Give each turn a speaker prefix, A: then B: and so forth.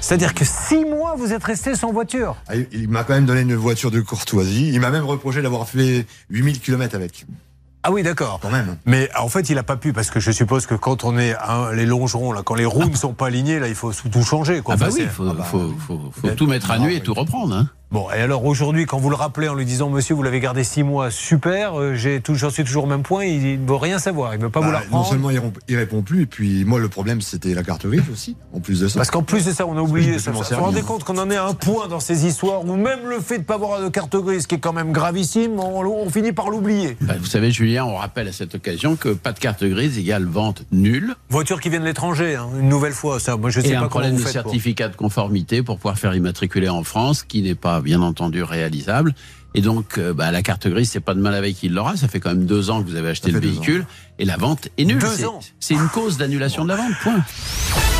A: C'est-à-dire que six mois, vous êtes resté sans voiture.
B: Ah, il- Il m'a quand même donné une voiture de courtoisie. Il m'a même reproché d'avoir fait 8000 km avec.
A: Ah oui, d'accord.
B: Quand même.
A: Mais ah, en fait, il n'a pas pu, parce que je suppose que quand on est à les longerons, là, quand les roues ne sont pas alignées, là, il faut tout changer. Quoi.
C: Ah bah
A: Enfin,
C: oui,
A: c'est-
C: il faut,
B: bah,
C: faut- faut- faut
A: Mais-
C: tout mettre à
B: Non,
C: nu et
B: oui.
C: tout reprendre. hein.
A: Bon, et alors aujourd'hui, quand vous le rappelez en lui disant, monsieur, vous l'avez gardé six mois, super, euh, j'ai tout- j'en suis toujours au même point, il ne veut rien savoir, il ne veut pas vous la
B: Bah, non
A: reprendre.
B: seulement il, romp- il répond plus, et puis moi le problème c'était la carte riche aussi, en plus de ça.
A: Parce qu'en plus de ça, on a oublié
B: Parce
A: ça.
B: que je
A: Vous
B: m'en
A: vous
B: sers
A: rendez
B: bien.
A: compte qu'on en est à un point dans ces histoires où même le fait de ne pas avoir de carte grise, qui est quand même gravissime, on, on finit par l'oublier.
C: Bah, vous savez, Julien, on rappelle à cette occasion que pas de carte grise égale vente nulle.
A: Voitures qui viennent de l'étranger, hein, une nouvelle fois, ça. Moi, je sais
C: Et un
A: pas comment
C: problème
A: vous
C: de
A: faites. quoi.
C: certificat de conformité pour pouvoir faire immatriculer en France, qui n'est pas, bien entendu, réalisable. Et donc, euh, bah, la carte grise, c'est pas de mal avec qui l'aura. Ça fait quand même deux ans que vous avez acheté
B: Ça
C: le
B: fait deux
C: véhicule et la vente est nulle.
A: Deux
C: C'est-
A: ans
C: C'est une cause d'annulation de la vente, point.